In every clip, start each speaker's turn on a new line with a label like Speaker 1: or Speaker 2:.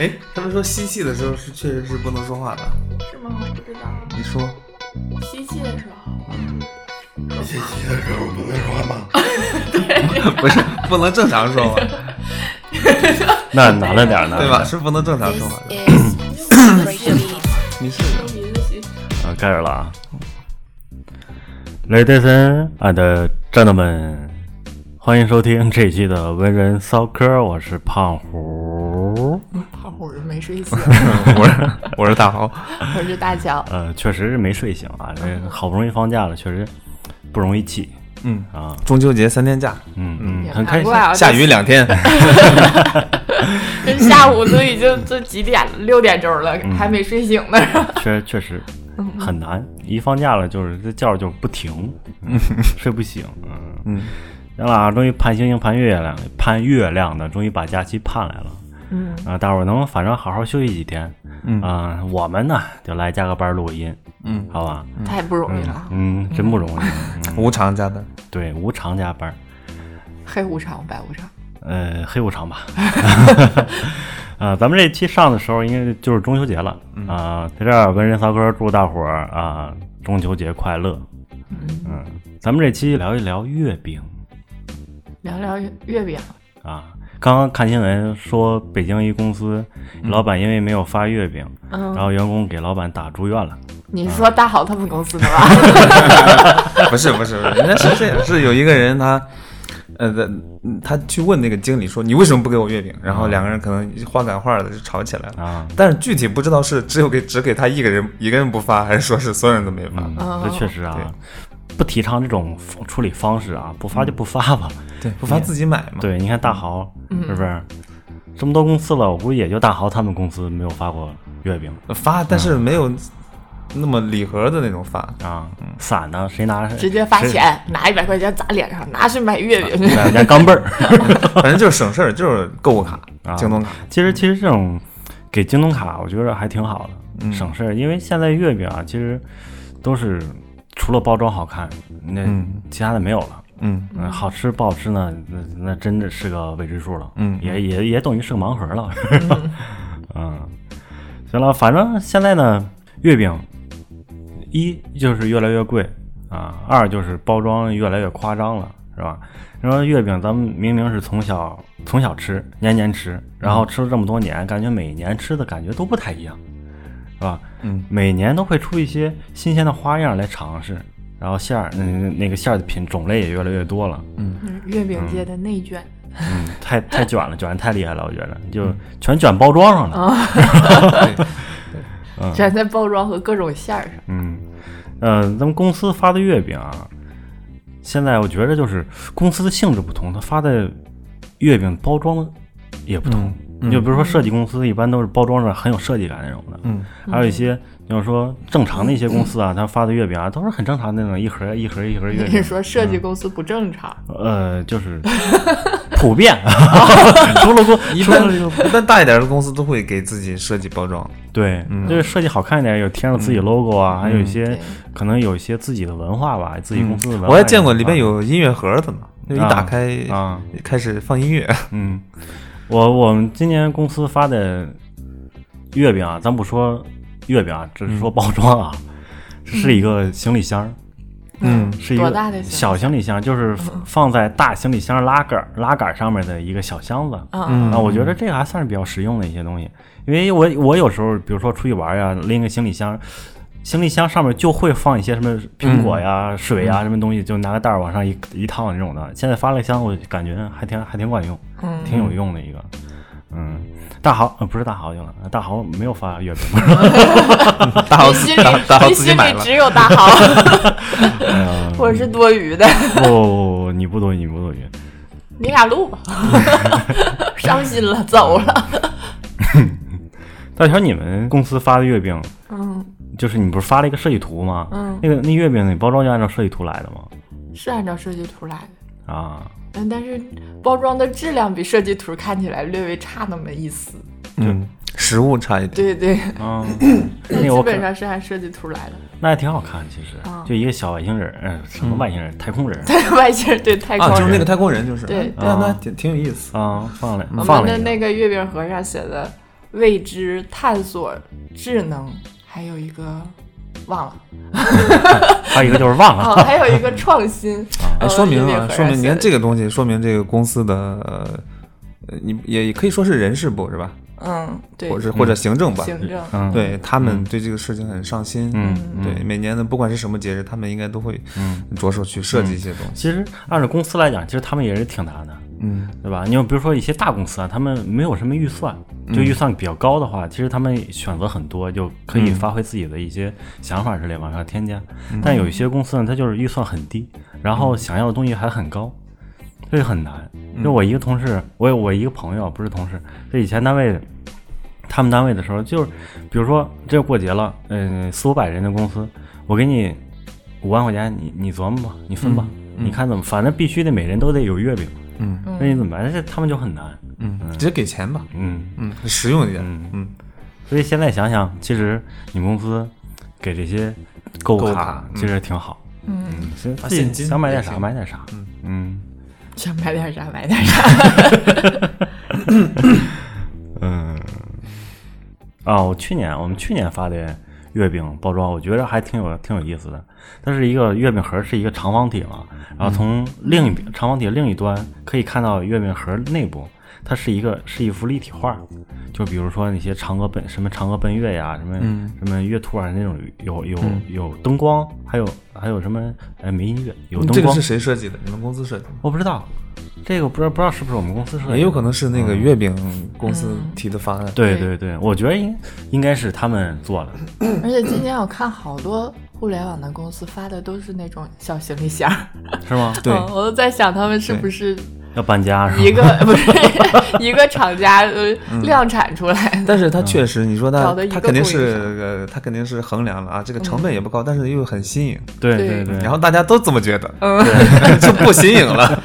Speaker 1: 哎，他们说吸气的时候是确实是不能说话的。
Speaker 2: 是吗？我不知道。
Speaker 1: 你说，
Speaker 2: 吸气的时候，
Speaker 3: 信息的时候不能说话吗？
Speaker 1: 不是不能正常说话，
Speaker 4: 那难了点儿，难
Speaker 1: 对
Speaker 4: 了
Speaker 1: 吧？。是不能正常说话的。
Speaker 5: This is really
Speaker 1: 你是
Speaker 2: 鼻子 吸气。
Speaker 4: 啊，开始了啊，Ladies and gentlemen，欢迎收听这一期的文人骚嗑，我是胖虎。
Speaker 5: 胖虎没睡
Speaker 1: 嗯
Speaker 5: 醒，
Speaker 1: 我是我是大豪，
Speaker 5: 我是大乔。
Speaker 4: 呃，确实是没睡醒啊，这好不容易放假了，确实不容易气
Speaker 1: 嗯，
Speaker 4: 啊。
Speaker 1: 中秋节三天假，
Speaker 4: 嗯
Speaker 1: 嗯
Speaker 4: 嗯，很开心。
Speaker 5: 难怪啊，
Speaker 1: 下雨两天，
Speaker 5: 这这下午都已经这几点了，六点钟了，还没睡醒呢。
Speaker 4: 确确实很难，一放假了就是这觉就不停，嗯睡不醒。嗯
Speaker 1: 嗯，
Speaker 4: 行了啊，终于盼星星盼月亮，盼月亮的，终于把假期盼来了。
Speaker 5: 嗯
Speaker 4: 啊、大伙儿能反正好好休息几天。
Speaker 1: 嗯
Speaker 4: 啊、我们呢就来加个班录音，
Speaker 1: 嗯，
Speaker 4: 好吧？
Speaker 5: 太不容易了，
Speaker 4: 嗯，真不容易。嗯
Speaker 1: 无偿加班。
Speaker 4: 对，无偿加班，
Speaker 1: 嗯
Speaker 5: 黑无常白无常。
Speaker 4: 呃，黑无 常吧。呃，咱们这期上的时候，应该就是中秋节了
Speaker 5: 嗯
Speaker 4: 啊、在这儿文人骚哥祝大伙儿啊、中秋节快乐。
Speaker 5: 嗯，
Speaker 4: 嗯，咱们这期聊一聊月饼
Speaker 5: 聊聊月饼，
Speaker 4: 啊。刚刚看新闻说，北京一公司老板因为没有发月饼，然
Speaker 1: 啊
Speaker 5: 嗯，
Speaker 4: 后员工给老板打住院了。
Speaker 5: 你说大好他们公司的 吧？
Speaker 1: 不是不是，不是人家是这样，是有一个人他，呃，他他去问那个经理说你为什么不给我月饼？然后两个人可能话赶话的就吵起来了。
Speaker 4: 啊，
Speaker 1: 但是具体不知道是只有给只给他一个人一个人不发，还是说是所有人都没发？
Speaker 4: 嗯，
Speaker 5: 哦
Speaker 4: 这确实啊，不提倡这种方处理方式啊，不发就不发吧。
Speaker 1: 对，不发自己买嘛。，嗯
Speaker 4: 对，你看大豪
Speaker 5: 嗯
Speaker 4: 是不是？这么多公司了，我估计也就大豪他们公司没有发过月饼
Speaker 1: 发但是没有那么礼盒的那种发。
Speaker 4: 啊。
Speaker 1: 嗯
Speaker 4: 伞呢，谁拿？
Speaker 5: 直接发钱，拿一百块钱砸脸上，拿去买月饼去。
Speaker 1: 啊
Speaker 4: 人家钢 镚儿。
Speaker 1: 反正就是省事 儿，就是购物卡、
Speaker 4: 啊
Speaker 1: 京东卡。
Speaker 4: 其实其实这种给京东卡，我觉得还挺好的，
Speaker 1: 嗯
Speaker 4: 省事儿。因为现在月饼啊，其实都是除了包装好看，那
Speaker 1: 嗯
Speaker 4: 其他的没有了。
Speaker 1: 嗯
Speaker 4: 嗯，好吃不好吃呢？那那真的是个未知数了。
Speaker 1: 嗯
Speaker 4: 也也也等于是个盲盒了。嗯，行了，反正现在呢，月饼一就是越来越贵啊，二就是包装越来越夸张了，是吧？然后月饼咱们明明是从小从小吃，年年吃，然后吃了这么多年，感觉每年吃的感觉都不太一样，是吧？
Speaker 1: 嗯，
Speaker 4: 每年都会出一些新鲜的花样来尝试，然后馅儿，嗯，那个馅儿的品种类也越来越多了。
Speaker 5: 嗯月饼界的内卷，
Speaker 4: 嗯， 太太卷了，卷得太厉害了，我觉得就全卷包装上
Speaker 5: 哦
Speaker 4: 了。
Speaker 1: 嗯
Speaker 5: 全在包装和各种馅儿上。
Speaker 4: 嗯，呃，咱们公司发的月饼啊，现在我觉得就是公司的性质不同，它发的月饼包装也不同。
Speaker 1: 嗯
Speaker 4: 你就比如
Speaker 5: 嗯
Speaker 4: 说设计公司，一般都是包装上很有设计感那种的。
Speaker 1: 嗯，
Speaker 4: 还有一些，你要说正常的一些公司啊，它发的月饼啊，都是很正常的那种一盒一盒一盒月饼
Speaker 5: 你是。说设
Speaker 1: 嗯
Speaker 5: 计公司不正常？
Speaker 4: 呃，就是普遍， 除了公
Speaker 1: 一
Speaker 4: 除了
Speaker 1: 般一般大一点的公司都会给自己设计包装。
Speaker 4: 对，
Speaker 1: 嗯
Speaker 4: 就是设计好看一点，有贴上自己 logo 啊，还有一些
Speaker 5: 对
Speaker 4: 可能有一些自己的文化吧，自己公司的文化。
Speaker 1: 嗯我还见过里面有音乐盒的呢，就一打开
Speaker 4: 啊，
Speaker 1: 开始放音乐。
Speaker 4: 嗯，我我们今年公司发的月饼啊，咱不说月饼啊，只是说包装啊，是一个行李箱儿，
Speaker 1: 嗯
Speaker 4: 是一个
Speaker 5: 嗯多大的行李箱
Speaker 4: 小行李箱，就是放在大行李箱拉杆儿拉杆儿上面的一个小箱子。
Speaker 5: 啊，
Speaker 1: 嗯
Speaker 4: 啊，我觉得这个还算是比较实用的一些东西，因为我我有时候比如说出去玩呀，拎个行李箱，行李箱上面就会放一些什么苹果呀、水呀什么东西，就拿个袋儿往上一一烫这种的。现在发了箱，我感觉还挺还挺管用，
Speaker 5: 嗯
Speaker 4: 挺有用的一个。嗯，大豪、呃、不是大豪去了，大豪没有发 月饼，
Speaker 1: 大豪
Speaker 5: 你
Speaker 1: 自
Speaker 5: 心里
Speaker 1: 大大豪
Speaker 5: 你
Speaker 1: 自己
Speaker 5: 心
Speaker 1: 买
Speaker 5: 里
Speaker 1: 了。
Speaker 5: 只有大豪， 我是多余的。
Speaker 4: 不不哦不，你不多余，你不多余。
Speaker 5: 你俩录 吧，伤心了，走了。
Speaker 4: 大乔，你们公司发的月饼，
Speaker 5: 嗯，
Speaker 4: 就是你不是发了一个设计图吗？
Speaker 5: 嗯
Speaker 4: 那个那月饼你包装就按照设计图来的吗？
Speaker 5: 是按照设计图来的，
Speaker 4: 啊，
Speaker 5: 嗯，但是包装的质量比设计图看起来略微差那么一丝。
Speaker 1: 嗯，实物差一点。
Speaker 5: 对对，
Speaker 4: 嗯，那个
Speaker 5: 基
Speaker 4: 我可
Speaker 5: 本上是按设计图来的。
Speaker 4: 那还挺好看，其实
Speaker 5: 啊
Speaker 4: 就一个小外星人，嗯，什么外星人，太空人
Speaker 5: 对外星人对太空
Speaker 1: 啊，就是那
Speaker 5: 人，
Speaker 1: 个太空人，就是啊
Speaker 5: 对
Speaker 1: 那那挺挺有意思。
Speaker 4: 啊，放了
Speaker 5: 我
Speaker 4: 放了
Speaker 5: 们的
Speaker 4: 一个
Speaker 5: 那个月饼盒上写的未知、探索、智能，还有一个忘了
Speaker 4: 还有一个就是忘了，
Speaker 5: 啊，还有一个创新。
Speaker 1: 哎，
Speaker 5: 呃
Speaker 1: 说明啊，
Speaker 5: 月饼
Speaker 1: 说明你看
Speaker 5: 和
Speaker 1: 这个东西，说明这个公司的呃，呃你也也可以说是人事部是吧，
Speaker 5: 嗯，对，
Speaker 1: 或者或者行政吧，
Speaker 5: 行政，
Speaker 4: 嗯，
Speaker 1: 对他们对这个事情很上心，
Speaker 4: 嗯，嗯，
Speaker 1: 对每年的不管是什么节日，他们应该都会
Speaker 4: 嗯
Speaker 1: 着手去设计一些东西，
Speaker 4: 其实按照公司来讲，其实他们也是挺难的，
Speaker 1: 嗯
Speaker 4: 对吧？你就比如说一些大公司啊，他们没有什么预算，就预算比较高的话，其实他们选择很多，就可以发挥自己的一些想法之类往上添加。但有一些公司呢，它就是预算很低，然后想要的东西还很高，这就很难。就我一个同事，我有我一个朋友，不是同事，这以前单位的。他们单位的时候，就是比如说这过节了，嗯、四五百人的公司，我给你五万块钱，你你琢磨吧，你分吧，你看怎么，反正必须得每人都得有月饼，
Speaker 1: 嗯
Speaker 4: 那你怎么办？这他们就很难，
Speaker 1: 嗯，直接给钱吧，
Speaker 4: 嗯，
Speaker 1: 嗯，实用一点，
Speaker 4: 嗯
Speaker 1: 嗯
Speaker 4: 所以现在想想，其实你们公司给这些购物
Speaker 1: 购物
Speaker 4: 卡
Speaker 1: 卡
Speaker 4: 其实挺好，嗯，其实
Speaker 1: 发
Speaker 4: 自己
Speaker 1: 现金
Speaker 4: 想买点
Speaker 1: 也
Speaker 4: 啥
Speaker 1: 行
Speaker 4: 买点啥，嗯
Speaker 5: 想买点啥买点啥。
Speaker 4: 嗯，啊，我去年我们去年发的月饼包装，我觉得还挺有挺有意思的。它是一个月饼盒，是一个长方体嘛，然后从另一边长方体另一端可以看到月饼盒内部，它是一个是一幅立体画，就比如说那些嫦娥奔什么嫦娥奔月呀，什么、
Speaker 1: 嗯
Speaker 4: 什么月兔啊那种，有有有灯光，还有还有什么哎没音乐，有
Speaker 1: 嗯这
Speaker 4: 灯
Speaker 1: 个
Speaker 4: 光
Speaker 1: 是，谁设计的？你们公司设计的？
Speaker 4: 我不知道，这个不知道不知道是不是我们公司设计的，
Speaker 1: 也有可能是那个月饼公司
Speaker 5: 嗯
Speaker 1: 提的方案，
Speaker 4: 对对
Speaker 5: 对
Speaker 4: 对，我觉得应应该是他们做的。
Speaker 5: 嗯而且今年我看好多互联网的公司发的都是那种小行李箱儿，
Speaker 4: 是吗？
Speaker 1: 对
Speaker 5: 嗯我都在想他们是不是
Speaker 4: 要搬家是
Speaker 5: 一
Speaker 4: 吧？
Speaker 5: 个不是一个厂家呃
Speaker 1: 嗯
Speaker 5: 量产出来 的。
Speaker 1: 但是它确实，你说它
Speaker 5: 找的一个
Speaker 1: 它肯定
Speaker 5: 供应
Speaker 1: 是
Speaker 5: 商
Speaker 1: 呃，它肯定是衡量了啊，
Speaker 5: 嗯
Speaker 1: 这个成本也不高，但是又很新颖，
Speaker 4: 对
Speaker 5: 对
Speaker 4: 对。
Speaker 1: 然后大家都这么觉得，
Speaker 5: 嗯
Speaker 1: 就不新颖了。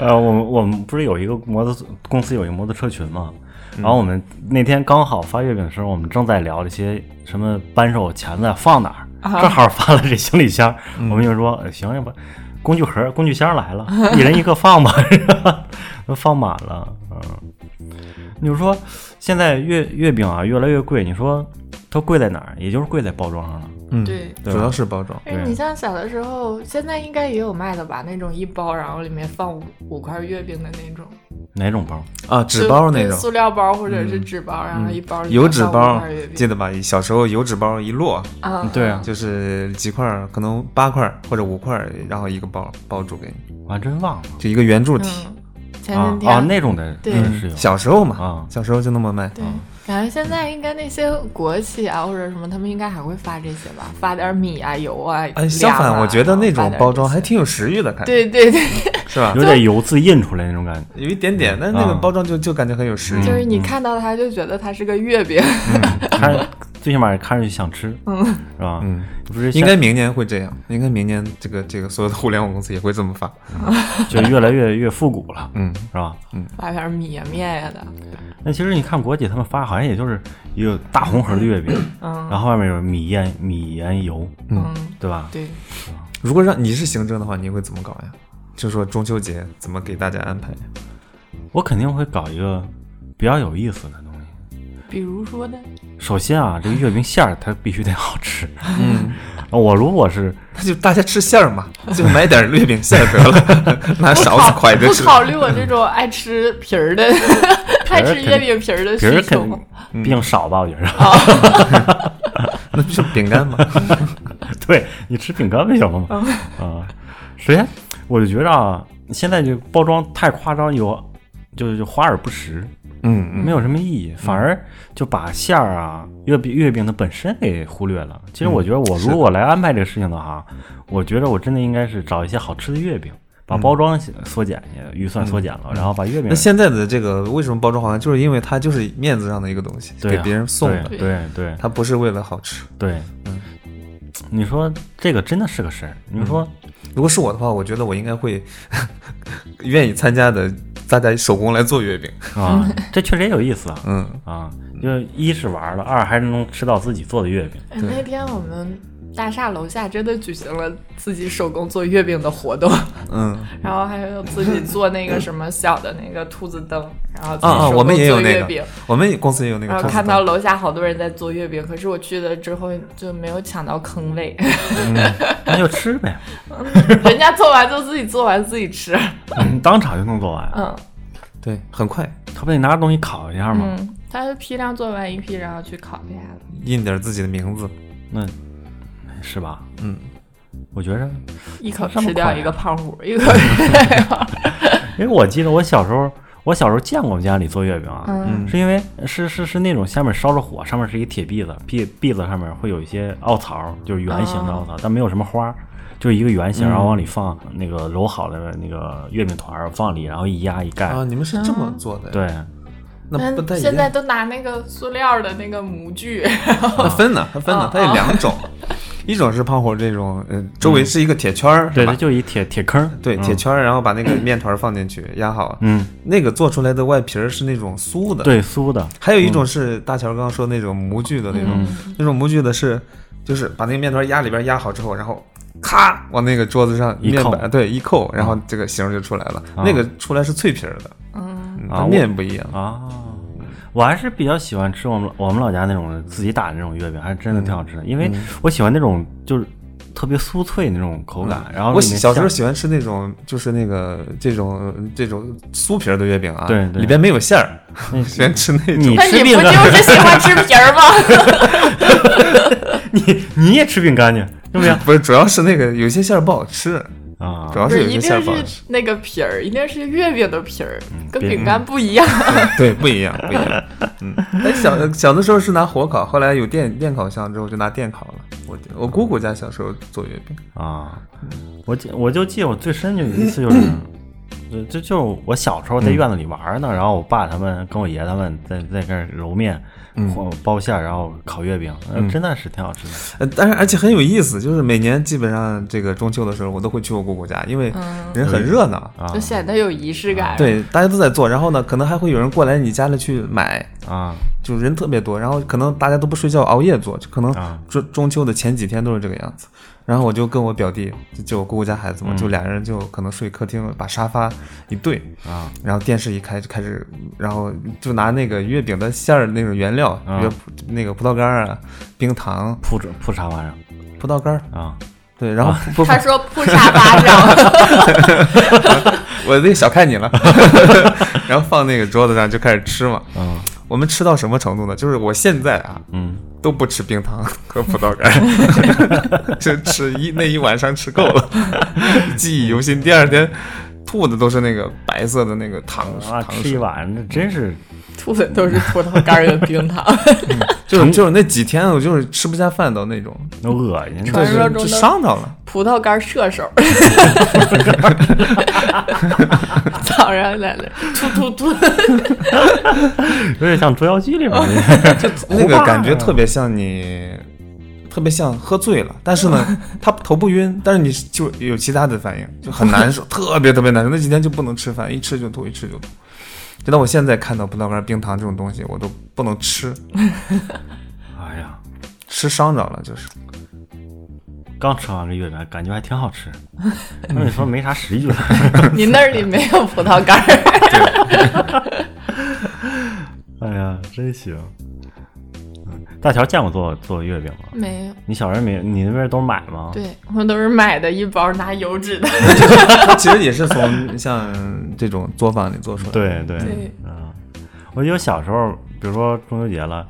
Speaker 4: 呃，我们我们不是有一个摩托公司有一个摩托车群嘛？然后我们那天刚好发月饼的时候，我们正在聊这些什么扳手钳子放哪儿，
Speaker 1: 啊
Speaker 4: 正好发了这行李箱，我们就说呃行，要不工具盒、工具箱来了，一人一个放吧， 都放满了。嗯，你就说现在月月饼啊越来越贵，你说它贵在哪儿？也就是贵在包装上了。
Speaker 1: 嗯，
Speaker 5: 对，
Speaker 1: 主要是包装。
Speaker 5: 但是你像小的时候，现在应该也有卖的吧？那种一包，然后里面放五五块月饼的那种，
Speaker 4: 哪种包？
Speaker 1: 啊，纸包那
Speaker 5: 就
Speaker 1: 种，嗯
Speaker 5: 塑料包或者是纸包，然后一包里面
Speaker 1: 油纸
Speaker 5: 放五
Speaker 1: 包
Speaker 5: 块月，饼
Speaker 1: 记得吧？小时候油纸包一摞
Speaker 5: 啊，
Speaker 4: 对啊
Speaker 1: 就是几块儿，可能八块儿或者五块儿，然后一个包包住给你，
Speaker 4: 我还真忘了。
Speaker 1: 就一个圆柱体。嗯
Speaker 5: 嗯，前
Speaker 4: 啊
Speaker 5: 几天
Speaker 4: 啊，
Speaker 1: 哦
Speaker 4: 那种的
Speaker 5: 嗯对
Speaker 4: 真是有。
Speaker 1: 小时候嘛，
Speaker 4: 啊
Speaker 1: 小时候就那么卖。
Speaker 5: 对，感觉现在应该那些国企啊或者什么，他们应该还会发这些吧，发点米啊、油啊。
Speaker 1: 哎，相
Speaker 5: 粮
Speaker 1: 反，
Speaker 5: 啊
Speaker 1: 我觉得那种包装。
Speaker 5: 然后发点这些
Speaker 1: 还挺有食欲的，感觉
Speaker 5: 对对对，
Speaker 1: 是吧？
Speaker 4: 有点油渍印出来那种感觉。
Speaker 1: 有一点点，但是那个
Speaker 4: 啊
Speaker 1: 包装就就感觉很有食欲。
Speaker 4: 嗯
Speaker 5: 就是你看到它就觉得它是个月饼，
Speaker 4: 看，最起码看着就想吃，是吧？
Speaker 1: 嗯，
Speaker 4: 不是
Speaker 1: 应该明年会这样，应该明年这个这个所有的互联网公司也会这么发。
Speaker 4: 像就越来越越复古了，
Speaker 1: 嗯，
Speaker 4: 是吧？
Speaker 5: 发点米呀、面呀的。
Speaker 4: 那其实你看国企他们发好像也就是一个大红盒的月饼，
Speaker 5: 嗯
Speaker 4: 然后外面有米盐米盐油，
Speaker 5: 嗯，
Speaker 4: 对吧？
Speaker 5: 对，
Speaker 1: 如果让你是行政的话，你会怎么搞呀？就说中秋节怎么给大家安排？
Speaker 4: 我肯定会搞一个比较有意思的东西。
Speaker 5: 比如说呢，
Speaker 4: 首先啊，这个月饼馅儿它必须得好吃。嗯，我如果是
Speaker 1: 那就大家吃馅儿嘛， 就买点月饼馅儿得 了，拿
Speaker 5: 不
Speaker 1: 勺
Speaker 5: 考
Speaker 1: 子㧟着
Speaker 5: 不
Speaker 1: 吃。
Speaker 5: 考虑我这种爱吃皮儿的、 爱吃月饼皮儿的
Speaker 4: 皮儿
Speaker 5: 需
Speaker 4: 肯
Speaker 5: 求吗？
Speaker 1: 嗯
Speaker 4: 毕竟少吧，我觉着。
Speaker 1: 那不是饼干嘛。
Speaker 4: 对你吃饼干不 行了
Speaker 1: 哦
Speaker 4: 吗？啊，首先我就觉着啊，现在这包装太夸张，有就就华而不实，
Speaker 1: 嗯
Speaker 4: 没有什么意义，反而就把馅儿啊、月饼、月饼的本身给忽略了。其实我觉得，我
Speaker 1: 嗯是
Speaker 4: 如果来安排这个事情的话，我觉得我真的应该是找一些好吃的月饼，把包装缩减一下，预算缩减了，然后把月饼
Speaker 1: 嗯那现在的这个为什么包装好看，就是因为它就是面子上的一个东西，
Speaker 4: 对
Speaker 1: 给
Speaker 4: 啊
Speaker 1: 别人送的，嗯
Speaker 4: 对对对
Speaker 1: 它不是为了好吃。
Speaker 4: 对，你说这个真的是个事儿，你说
Speaker 1: 如果是我的话，我觉得我应该会呃愿意参加的，大家手工来做月饼。
Speaker 4: 啊，这确实也有意思啊。
Speaker 1: 嗯，
Speaker 4: 啊，就一是玩儿了，二还是能吃到自己做的月饼。
Speaker 5: 哎那天我们大厦楼下真的举行了自己手工做月饼的活动，
Speaker 1: 嗯
Speaker 5: 然后还有自己做那个什么小的那个兔子灯，然后自
Speaker 1: 啊啊，
Speaker 5: 己手
Speaker 1: 我们
Speaker 5: 工
Speaker 1: 也有
Speaker 5: 做
Speaker 1: 那
Speaker 5: 月
Speaker 1: 个
Speaker 5: 饼。，
Speaker 1: 我们公司也有那个
Speaker 5: 然
Speaker 1: 兔
Speaker 5: 后
Speaker 1: 子
Speaker 5: 啊看
Speaker 1: 灯。
Speaker 5: 到楼下好多人在做月饼，可是我去了之后就没有抢到坑位，
Speaker 4: 那就吃呗，
Speaker 5: 人家做完就自己做完自己吃。
Speaker 4: 嗯当场就能做完。
Speaker 5: 嗯
Speaker 1: 对，很快
Speaker 4: 他不得拿东西烤一下吗？
Speaker 5: 嗯，他就批量做完一批，然后去烤一下子。
Speaker 1: 印点自己的名字。
Speaker 4: 那是吧？
Speaker 1: 嗯，
Speaker 4: 我觉着，
Speaker 5: 一口
Speaker 4: 这么
Speaker 5: 吃掉
Speaker 4: 快
Speaker 5: 一个胖虎，一口吃掉一个胖虎。
Speaker 4: 因为我记得我小时候，我小时候见过我们家里做月饼啊，
Speaker 5: 嗯
Speaker 1: 嗯
Speaker 4: 是因为是是是那种下面烧着火，上面是一铁篦子，篦篦子上面会有一些凹槽，就是圆形的凹槽，但没有什么花，就是一个圆形，然后往里放那个揉好的那个月饼团儿放里，然后一压一盖，
Speaker 1: 啊，你们是这么做的？，
Speaker 4: 对，
Speaker 1: 那不太
Speaker 5: 但
Speaker 1: 一
Speaker 5: 嗯现在
Speaker 1: 样。
Speaker 5: 都拿那个塑料的那个模具，
Speaker 1: 它分呢，它分呢，它有两种，一种是胖虎这种，嗯，周围是一个铁圈儿，
Speaker 4: 对，
Speaker 1: 是吧
Speaker 4: 它就一铁铁坑儿，
Speaker 1: 对，铁圈儿，然后把那个面团儿放进去压好。
Speaker 4: 嗯，
Speaker 1: 那个做出来的外皮儿是那种酥的。。
Speaker 4: 对，嗯酥的，
Speaker 1: 还有一种是大乔刚刚说那种模具的那种，
Speaker 4: 嗯
Speaker 1: 那种模具的是，就是把那个面团压里边压好之后，然后咔往那个桌子上
Speaker 4: 一
Speaker 1: 面
Speaker 4: 扣嗯
Speaker 1: 板对一扣，然后这个形儿就出来了。
Speaker 4: 啊
Speaker 1: 那个出来是脆皮儿的，
Speaker 5: 嗯，
Speaker 1: 嗯
Speaker 4: 啊
Speaker 1: 它
Speaker 4: 我
Speaker 1: 面不一样。
Speaker 4: 啊。我还是比较喜欢吃我们我们老家那种自己打的那种月饼，还是真的挺好吃的。因为
Speaker 1: 嗯
Speaker 4: 我喜欢那种就是特别酥脆那种口感。然后
Speaker 1: 嗯我
Speaker 4: 里面
Speaker 1: 小时候
Speaker 4: 馅
Speaker 1: 喜欢吃那种，就是那个这种这种酥皮儿的月饼啊，
Speaker 4: 对对
Speaker 1: 里边没有馅儿，
Speaker 4: 嗯
Speaker 1: 喜欢吃那
Speaker 4: 儿
Speaker 1: 种
Speaker 4: 你
Speaker 5: 那
Speaker 4: 吃
Speaker 5: 你
Speaker 4: 饼
Speaker 5: 不
Speaker 4: 干，
Speaker 5: 就是喜欢吃皮儿吗？
Speaker 4: 你你也吃饼干去，对不对？
Speaker 1: 不是，主要是那个有些馅儿不好吃，
Speaker 4: 啊
Speaker 1: 主，要
Speaker 5: 不
Speaker 1: 是
Speaker 5: 是，
Speaker 1: 有
Speaker 5: 一
Speaker 1: 些馅儿
Speaker 5: 定
Speaker 1: 不好吃，
Speaker 5: 是那个皮儿，一定是月饼的皮儿，跟
Speaker 4: 别
Speaker 5: 饼干不一样。
Speaker 1: 对，不一样，不一样。嗯，但小小的时候是拿火烤，后来有电电烤箱之后就拿电烤了。我我姑姑家小时候做月饼，
Speaker 4: 啊，我记我就记得我最深就有一次就是， 就就就是我小时候在院子里玩呢，然后我爸他们跟我爷他们在在那儿揉面、
Speaker 1: 嗯
Speaker 4: 或包馅儿，然后烤月饼，呃真的是挺好吃的。
Speaker 1: 呃，但是而且很有意思，就是每年基本上这个中秋的时候，我都会去我姑姑家，因
Speaker 5: 嗯
Speaker 1: 为人很热闹。
Speaker 4: 啊
Speaker 5: 就显得有仪式
Speaker 4: 哎
Speaker 5: 感。，
Speaker 1: 啊对，大家都在做，然后呢，可能还会有人过来你家里去买，
Speaker 4: 啊，
Speaker 1: 就人特别多，然后可能大家都不睡觉，熬夜做，就可能
Speaker 4: 啊
Speaker 1: 中中秋的前几天都是这个样子。然后我就跟我表弟，就就我姑姑家孩子嘛，就俩人就可能睡客厅，把沙发一对
Speaker 4: 啊，
Speaker 1: 然后电视一开就开始，然后就拿那个月饼的馅儿那种原料，
Speaker 4: 啊
Speaker 1: 比如葡那个葡萄干儿啊、冰糖、
Speaker 4: 铺着铺啥玩意
Speaker 1: 葡萄干儿，
Speaker 4: 儿啊？
Speaker 1: 对，然后不不，
Speaker 5: 他说铺沙发上，
Speaker 1: 我那个小看你了， 然后放那个桌子上就开始吃嘛。
Speaker 4: 嗯
Speaker 1: 我们吃到什么程度呢？就是我现在啊，
Speaker 4: 嗯，
Speaker 1: 都不吃冰糖 和葡萄干， 就吃一那一晚上吃够 了，记忆犹新。第二天吐的都是那个白色的那个糖
Speaker 4: 啊，
Speaker 1: 糖
Speaker 4: 吃一
Speaker 1: 水，
Speaker 4: 碗那真是
Speaker 5: 吐的都是葡萄干儿跟冰糖。
Speaker 1: 就是就是那几天我就是吃不下饭的那种，
Speaker 4: 都恶心。
Speaker 1: 就
Speaker 5: 传
Speaker 1: 是
Speaker 5: 说中
Speaker 1: 就
Speaker 5: 的
Speaker 1: 伤到了。
Speaker 5: 葡萄干射手， 早上来了，突突突，
Speaker 4: 有点像《捉妖记》里边儿
Speaker 1: 那个感觉特别像你，特别像喝醉了，但是 呢，他头不晕，但是你就有其他的反应，就很难 受，特别特别难受。那几天就不能吃饭，一吃就吐，一吃就吐。直到我现在看到葡萄干、冰糖这种东西，我都不能吃，
Speaker 4: 那。 哎呀，
Speaker 1: 吃伤着了就是。
Speaker 4: 刚吃完这月饼，感觉还挺好吃。那你说没啥食欲了？
Speaker 5: 你那里没有葡萄干儿，
Speaker 4: 哎呀，真行。嗯大乔见过做做月饼吗？
Speaker 5: 没有。
Speaker 4: 你小时候没，你那边都是买吗？，
Speaker 5: 对，我们都是买的一包拿油纸的。
Speaker 1: 它其实也是从像这种作坊里做出来的。
Speaker 4: 对对
Speaker 5: 对
Speaker 4: 嗯，我记得我小时候，比如说中秋节了，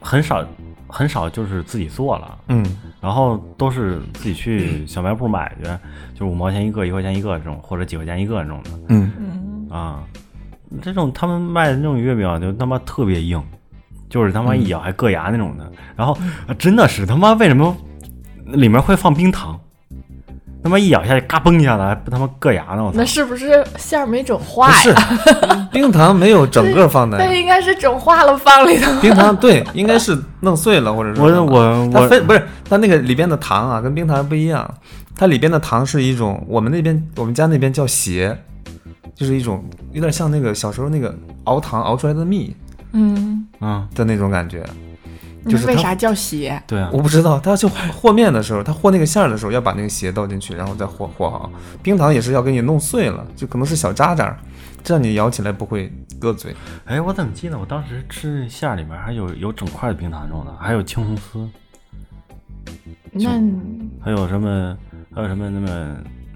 Speaker 4: 很少很少就是自己做了，
Speaker 1: 嗯，
Speaker 4: 然后都是自己去小卖部买去，就是五毛钱一个、一块钱一个这种，或者几块钱一个这种的
Speaker 1: 嗯
Speaker 4: 啊。这种他们卖的那种月饼啊就他妈特别硬，就是他妈一咬还硌牙那种的。然后、啊真的是他妈为什么里面会放冰糖？他妈一咬下去，嘎嘣一下子，还不他妈硌牙呢！我操
Speaker 5: 那！是不是馅儿没整化
Speaker 1: 不是
Speaker 5: 呀？，
Speaker 1: 冰糖没有整个放
Speaker 5: 那
Speaker 1: 在。
Speaker 5: 应该是整化了放里头。
Speaker 1: 冰糖对，应该是弄碎了，或者是
Speaker 4: 我
Speaker 1: 什么
Speaker 4: 我
Speaker 1: 它
Speaker 4: 我
Speaker 1: 分不是它那个里边的糖啊，跟冰糖不一样，它里边的糖是一种我们那边我们家那边叫鞋，就是一种有点像那个小时候那个熬糖熬出来的蜜
Speaker 5: 嗯，
Speaker 4: 嗯，
Speaker 1: 的那种感觉，就是
Speaker 5: 为
Speaker 1: 它
Speaker 5: 啥叫鞋？
Speaker 4: 对啊，
Speaker 1: 我不知道，他要去和和面的时候，他和那个馅儿的时候，要把那个鞋倒进去，然后再和和好。冰糖也是要给你弄碎了，就可能是小渣渣，这样你咬起来不会硌嘴。
Speaker 4: 哎，我怎么记得我当时吃馅儿里面还有有整块的冰糖粽呢，还有青红丝，
Speaker 5: 那
Speaker 4: 还有什么还有什么那么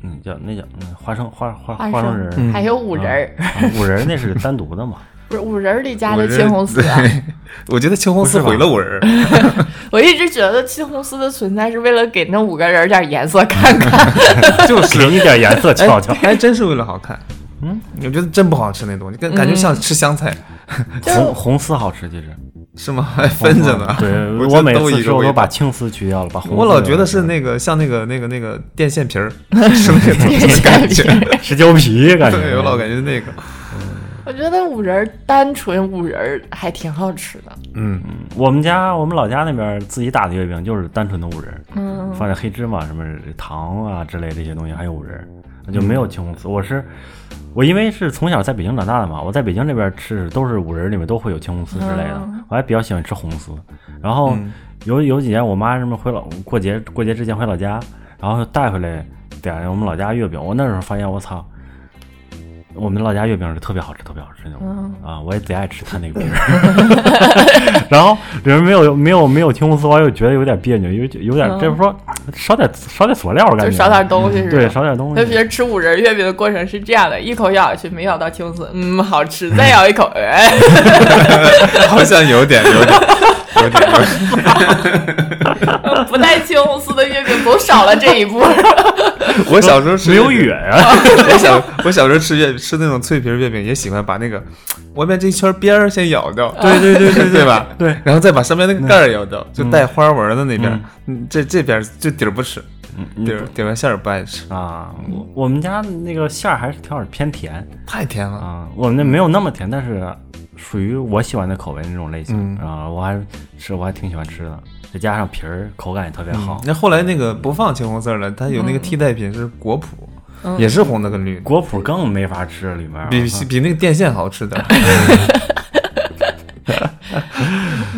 Speaker 4: 嗯叫那叫嗯花生花花
Speaker 5: 花
Speaker 4: 花生
Speaker 5: 生
Speaker 4: 仁儿。
Speaker 1: 嗯
Speaker 5: 还有五仁儿，
Speaker 4: 啊，五仁儿那是单独的 嘛？
Speaker 5: 不是五仁儿里加
Speaker 1: 我
Speaker 5: 的
Speaker 1: 这
Speaker 5: 青红 丝啊。
Speaker 1: 对，我觉得青红丝毁了我人儿。
Speaker 5: 我一直觉得青红丝的存在是为了给那五个人儿点颜色看看。
Speaker 4: 就是给你点颜色瞧瞧
Speaker 1: 哎，，还真是为了好看。
Speaker 4: 嗯，
Speaker 1: 我觉得真不好吃那东西，跟感觉像吃香菜，
Speaker 5: 哎就是
Speaker 4: 红红丝好吃，其实
Speaker 1: 是 吗？还分着呢。
Speaker 4: 对，
Speaker 1: 我觉
Speaker 4: 我
Speaker 1: 得
Speaker 4: 每
Speaker 1: 都一
Speaker 4: 次
Speaker 1: 个
Speaker 4: 吃我
Speaker 1: 味
Speaker 4: 都
Speaker 1: 道
Speaker 4: 把青丝去掉了，把红丝留
Speaker 1: 我
Speaker 4: 着。
Speaker 1: 老觉得是那个像那个那个那个电线 皮儿，是那个东西的感觉。
Speaker 4: 石胶皮，感觉。
Speaker 1: 对，我老感觉那个，
Speaker 5: 我觉得五仁儿单纯五仁儿还挺好吃的。
Speaker 1: 嗯，
Speaker 4: 我们家我们老家那边自己打的月饼就是单纯的五仁儿，
Speaker 5: 嗯，
Speaker 4: 放点黑芝麻、什么糖啊之类这些东西，还有五仁儿，就没
Speaker 5: 嗯
Speaker 4: 有青红丝。我是我因为是从小在北京长大的嘛，我在北京这边吃都是五仁儿里面都会有青红丝之类的，
Speaker 5: 嗯
Speaker 4: 我还比较喜欢吃红丝。然后
Speaker 1: 嗯
Speaker 4: 有有几年我妈什么回老过节过节之前回老家，然后带回来点我们老家月饼，我那时候发现我操。我们老家月饼是特别好吃，特别好吃那种、啊！我也贼爱吃它那个饼儿， 然后里面没有没有没有青红丝瓜，又觉得有点别扭，有有点
Speaker 5: 嗯
Speaker 4: 这不说少点少点佐料，我感
Speaker 5: 就
Speaker 4: 觉
Speaker 5: 少点东西是吧？
Speaker 4: 对，少点东
Speaker 5: 特
Speaker 4: 西。
Speaker 5: 别是吃五仁月饼的过程是这样的：一口咬下去，没咬到青丝，嗯，好吃；再咬一口，哎，
Speaker 1: 好像有点有点有点。有点
Speaker 5: 不带青红丝的月饼总少了这一步。
Speaker 1: 我小时候吃
Speaker 4: 没有
Speaker 1: 月饼
Speaker 4: 远啊，
Speaker 1: 我小我小时候吃月吃那种脆皮儿月饼，也喜欢把那个外面这一圈边儿先咬掉，对对对对对吧？
Speaker 4: 对，
Speaker 1: 然后再把上面那个盖儿咬掉，就带花纹儿的那边儿，嗯这这边儿就底儿不吃，底儿底儿完馅儿不爱吃，
Speaker 4: 嗯啊！我我们家那个馅儿还是挺偏甜
Speaker 1: 太甜了。
Speaker 4: 啊，我们那没有那么甜，但是属于我喜欢的口味那种类型
Speaker 1: 嗯
Speaker 4: 啊，我还是我还挺喜欢吃的，再加上皮儿口感也特别好。
Speaker 1: 嗯那后来那个不放青红丝儿了，它有那个替代品是果脯，也是红的跟绿的，
Speaker 4: 果脯更没法吃，里 面
Speaker 1: 比比那个电线好吃点儿。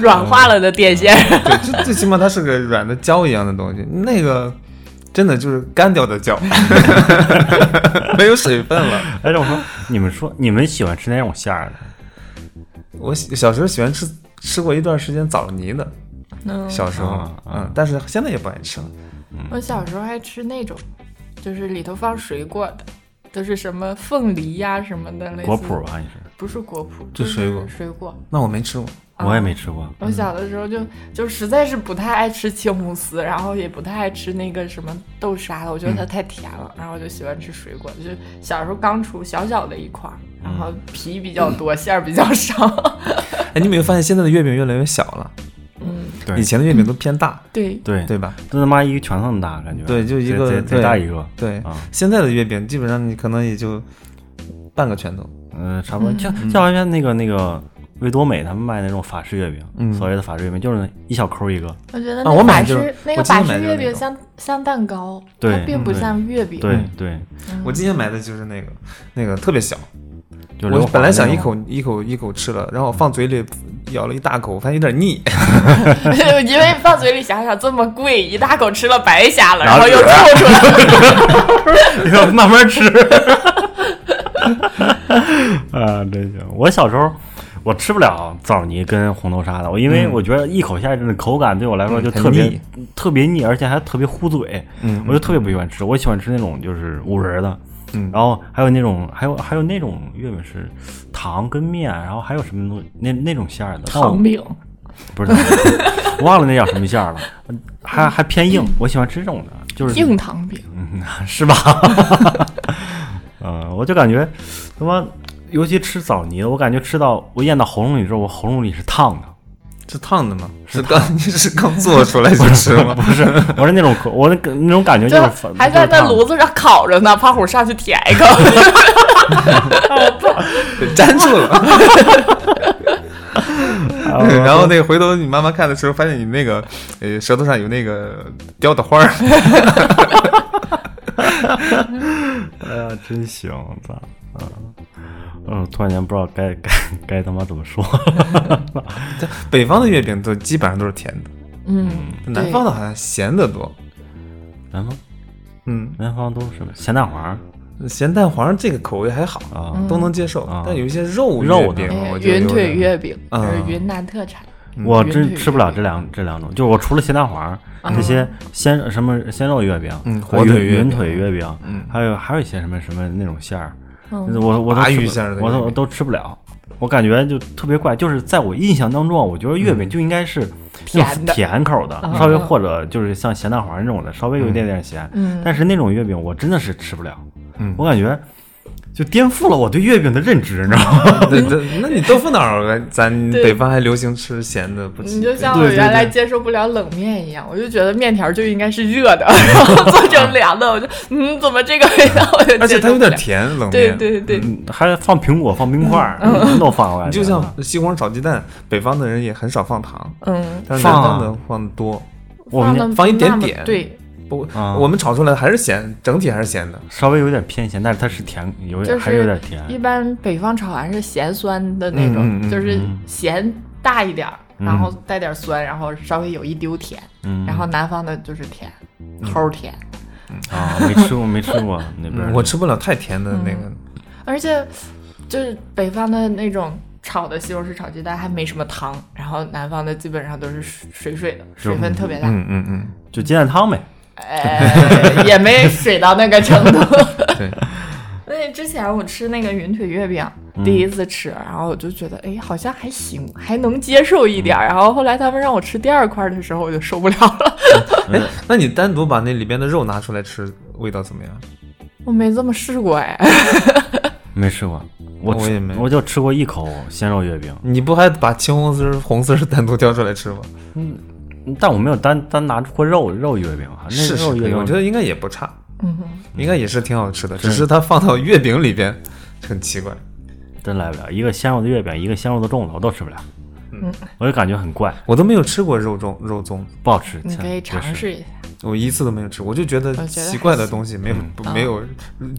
Speaker 5: 软化了的电线，
Speaker 1: 对，最最起码它是个软的胶一样的东西，那个真的就是干掉的胶， 没有水分了。
Speaker 4: 哎，这我说，你们说你们喜欢吃哪种馅儿的？
Speaker 1: 我小小时候喜欢吃吃过一段时间枣泥的，
Speaker 5: 嗯
Speaker 1: 小时候
Speaker 4: 啊，啊
Speaker 1: 嗯，但是现在也不爱吃了。
Speaker 5: 我小时候还吃那种，就是里头放水果的，就是什么凤梨呀、什么的，类似
Speaker 4: 果脯吧，你是？
Speaker 5: 不是果脯，
Speaker 1: 就是水果
Speaker 5: 水果。
Speaker 1: 那我没吃过，
Speaker 5: 啊
Speaker 4: 我也没吃过。
Speaker 5: 我小的时候就就实在是不太爱吃青红丝，然后也不太爱吃那个什么豆沙了，我觉得它太甜了，然后我就喜欢吃水果，就是小时候刚出小小的一块儿，然后皮比较多，馅儿比较少。
Speaker 1: 哎，你有没有发现现在的月饼越来越小了？
Speaker 5: 嗯，
Speaker 4: 对
Speaker 1: 以前的月饼都偏大，
Speaker 5: 对，
Speaker 4: 对
Speaker 1: 对吧？
Speaker 4: 都他妈一个拳头那么大，感觉
Speaker 1: 对就一
Speaker 4: 贼
Speaker 1: 个
Speaker 4: 贼
Speaker 1: 对
Speaker 4: 贼大一个，
Speaker 1: 对，
Speaker 4: 啊，
Speaker 1: 现在的月饼基本上你可能也就半个拳头。
Speaker 4: 嗯，差不多，就就好像那个那个维多美他们卖那种法式月饼，
Speaker 1: 嗯
Speaker 4: 所谓的法式月饼就是一小抠一个，
Speaker 5: 我觉得
Speaker 1: 啊我
Speaker 5: 那
Speaker 1: 买
Speaker 5: 法
Speaker 1: 的
Speaker 5: 式、
Speaker 1: 就是
Speaker 5: 那
Speaker 1: 我
Speaker 5: 个
Speaker 1: 今
Speaker 5: 法
Speaker 1: 天买
Speaker 5: 式
Speaker 1: 的
Speaker 5: 月
Speaker 1: 那
Speaker 5: 饼
Speaker 1: 种
Speaker 5: 像像蛋糕，
Speaker 4: 对
Speaker 5: 它并不
Speaker 4: 对
Speaker 5: 像月饼。
Speaker 4: 对
Speaker 1: 嗯
Speaker 4: 对，
Speaker 1: 我今天买的就是那个，那个特别小，
Speaker 4: 就
Speaker 1: 我
Speaker 4: 是
Speaker 1: 本来想一口一口一口吃了，然后我放嘴里咬了一大口，我发现有点腻，
Speaker 5: 因为放嘴里想想这么贵，一大口吃了白瞎了，
Speaker 4: 然后
Speaker 5: 然后又吐出来了。
Speaker 4: 慢慢吃。 啊，真行！我小时候我吃不了枣泥跟红豆沙的，我因为
Speaker 1: 嗯
Speaker 4: 我觉得一口下去的口感对我来说
Speaker 1: 嗯
Speaker 4: 就
Speaker 1: 很
Speaker 4: 特别
Speaker 1: 腻
Speaker 4: 特别腻，而且还特别糊嘴，
Speaker 1: 嗯
Speaker 4: 我就特别不喜欢吃。我喜欢吃那种就是五仁儿的，
Speaker 1: 嗯
Speaker 4: 然后还有那种还有还有那种月饼是糖跟面，然后还有什么东西那那种馅儿的，但我
Speaker 5: 糖饼，
Speaker 4: 不是 忘了那叫什么馅儿了，还还偏硬，我喜欢吃这种的，就是
Speaker 5: 硬糖饼，
Speaker 4: 是吧？嗯，我就感觉他妈，尤其吃枣泥，我感觉吃到我咽到喉咙里之后，我喉咙里是烫的。
Speaker 1: 是烫的吗？是刚 你是刚做出来就吃吗？
Speaker 4: 不是，我是那种口，我那个那种感觉就
Speaker 5: 就是
Speaker 4: 反
Speaker 5: 还在
Speaker 4: 就是
Speaker 5: 那
Speaker 4: 烫的
Speaker 5: 炉子上烤着呢，胖虎上去舔一口。
Speaker 1: 粘住 了。
Speaker 4: 啊
Speaker 1: 然后那个回头你妈妈看的时候，发现你那个呃舌头上有那个雕的花儿。
Speaker 4: 哎呀，真行！我操！嗯，突然间不知道该该该他妈怎么说。
Speaker 1: 但北方的月饼都基本上都是甜的，
Speaker 5: 嗯，
Speaker 1: 南方的好像咸的多。
Speaker 4: 南方
Speaker 1: 嗯，
Speaker 4: 南方都是咸蛋黄儿
Speaker 1: 咸蛋黄这个口味还好，
Speaker 4: 啊，
Speaker 5: 嗯
Speaker 1: 都能接受
Speaker 4: 啊。
Speaker 1: 但有一些肉
Speaker 4: 肉的
Speaker 1: 月饼，我觉得
Speaker 5: 云
Speaker 1: 有
Speaker 5: 哎腿
Speaker 1: 点
Speaker 5: 月饼
Speaker 1: 嗯
Speaker 5: 是云南特产，
Speaker 4: 我
Speaker 5: 嗯云嗯
Speaker 4: 真
Speaker 5: 腿
Speaker 4: 吃不了这两这两种，就是我除了咸蛋黄儿这
Speaker 5: 啊
Speaker 4: 些鲜什么鲜肉月饼，
Speaker 1: 嗯
Speaker 4: 还有
Speaker 1: 火腿
Speaker 4: 云
Speaker 1: 月
Speaker 4: 云
Speaker 1: 饼
Speaker 4: 腿月饼，
Speaker 1: 嗯
Speaker 4: 还有还有一些什么什么那种馅儿，
Speaker 5: 嗯
Speaker 4: 我我都
Speaker 1: 鲅
Speaker 4: 吃
Speaker 1: 鱼
Speaker 4: 不
Speaker 1: 馅儿的
Speaker 4: 我
Speaker 1: 月
Speaker 4: 都我
Speaker 1: 饼
Speaker 4: 都吃不了。我感觉就特别怪，就是在我印象当中，啊我觉得
Speaker 1: 嗯
Speaker 4: 月饼就应该是那种
Speaker 5: 甜的
Speaker 4: 甜口的，
Speaker 5: 嗯
Speaker 4: 稍微或者就是像咸蛋黄那种的，稍微有一点点咸。
Speaker 5: 嗯
Speaker 4: 但是那种月饼我真的是吃不了，
Speaker 1: 嗯
Speaker 4: 我感觉就颠覆了我对月饼的认知，你知道吗？
Speaker 1: 那那那你豆腐脑儿呗，咱
Speaker 5: 对
Speaker 1: 北方还流行吃咸的，不
Speaker 5: 嗯你
Speaker 1: 行。
Speaker 5: 就像我
Speaker 4: 对对
Speaker 5: 原来
Speaker 4: 对
Speaker 5: 接受不了冷面一样，我就觉得面条就应该是热的， 然后做成凉的，我就嗯，怎么这个味道我就
Speaker 1: 而且
Speaker 5: 接
Speaker 1: 它
Speaker 5: 受
Speaker 1: 有
Speaker 5: 不了
Speaker 1: 点。甜，冷面。
Speaker 5: 对对对，嗯
Speaker 4: 嗯 还放苹果、放冰块儿， 都放过来。
Speaker 1: 你就像西红柿炒鸡蛋，北方的人也很少放糖，
Speaker 5: 嗯，
Speaker 1: 但是
Speaker 4: 放
Speaker 1: 南
Speaker 4: 啊
Speaker 1: 方的放的多。
Speaker 4: 我们
Speaker 5: 放
Speaker 1: 放一点
Speaker 5: 那么
Speaker 1: 点
Speaker 5: 对，
Speaker 1: 不，
Speaker 4: 啊
Speaker 1: 我们炒出来的还是咸，整体还是咸的。
Speaker 4: 稍微有点偏咸，但是它是甜，有点、
Speaker 5: 就
Speaker 4: 还是有点
Speaker 5: 是
Speaker 4: 甜。
Speaker 5: 一般北方炒完是咸酸的那种，
Speaker 1: 嗯嗯嗯嗯
Speaker 5: 就是
Speaker 4: 嗯
Speaker 5: 咸大一点儿，
Speaker 4: 嗯
Speaker 5: 然后带点酸，然后稍微有一丢甜，
Speaker 4: 嗯，
Speaker 5: 然后南方的就是甜，
Speaker 1: 嗯
Speaker 5: 齁甜。
Speaker 4: 啊，没吃过，没吃过那边儿。
Speaker 1: 嗯我吃不了太甜
Speaker 5: 嗯
Speaker 1: 的那个，
Speaker 5: 而且就是北方的那种炒的西红柿炒鸡蛋还没什么汤，然后南方的基本上都是水水的，水分特别大，
Speaker 1: 嗯嗯嗯，
Speaker 4: 就鸡蛋汤呗。
Speaker 5: 呃，也没水到那个程 度。
Speaker 1: 对，
Speaker 5: 那之前我吃那个云腿月饼，第一次吃，然后我就觉得，哎，好像还行，还能接受一点儿。然后后来他们让我吃第二块的时候，我就受不了了。
Speaker 1: 哎，那你单独把那里边的肉拿出来吃，味道怎么样？
Speaker 5: 我没这么试过，哎，
Speaker 4: 没吃过，我
Speaker 1: 我
Speaker 4: 吃
Speaker 1: 也没
Speaker 4: 我就吃过一口鲜肉月饼，
Speaker 1: 你不还把青红丝儿、红丝儿 单独挑出来吃吗？
Speaker 4: 但我没有单单拿出过肉肉月饼哈，那
Speaker 1: 是是
Speaker 4: 肉月，饼
Speaker 1: 我觉得应该也不差，
Speaker 5: 嗯哼，
Speaker 1: 应该也是挺好吃的，只是它放到月饼里边很奇怪。
Speaker 4: 真来不了，一个鲜肉的月饼，一个鲜肉的粽子，我都吃不了，
Speaker 1: 嗯，
Speaker 4: 我就感觉很怪，
Speaker 1: 我都没有吃过肉粽肉粽子，
Speaker 4: 不好吃。
Speaker 5: 你可 以尝
Speaker 4: 就是。
Speaker 5: 试一下。
Speaker 1: 我一次都没有吃，我就觉得
Speaker 5: 觉得
Speaker 1: 奇怪的东西没有不没有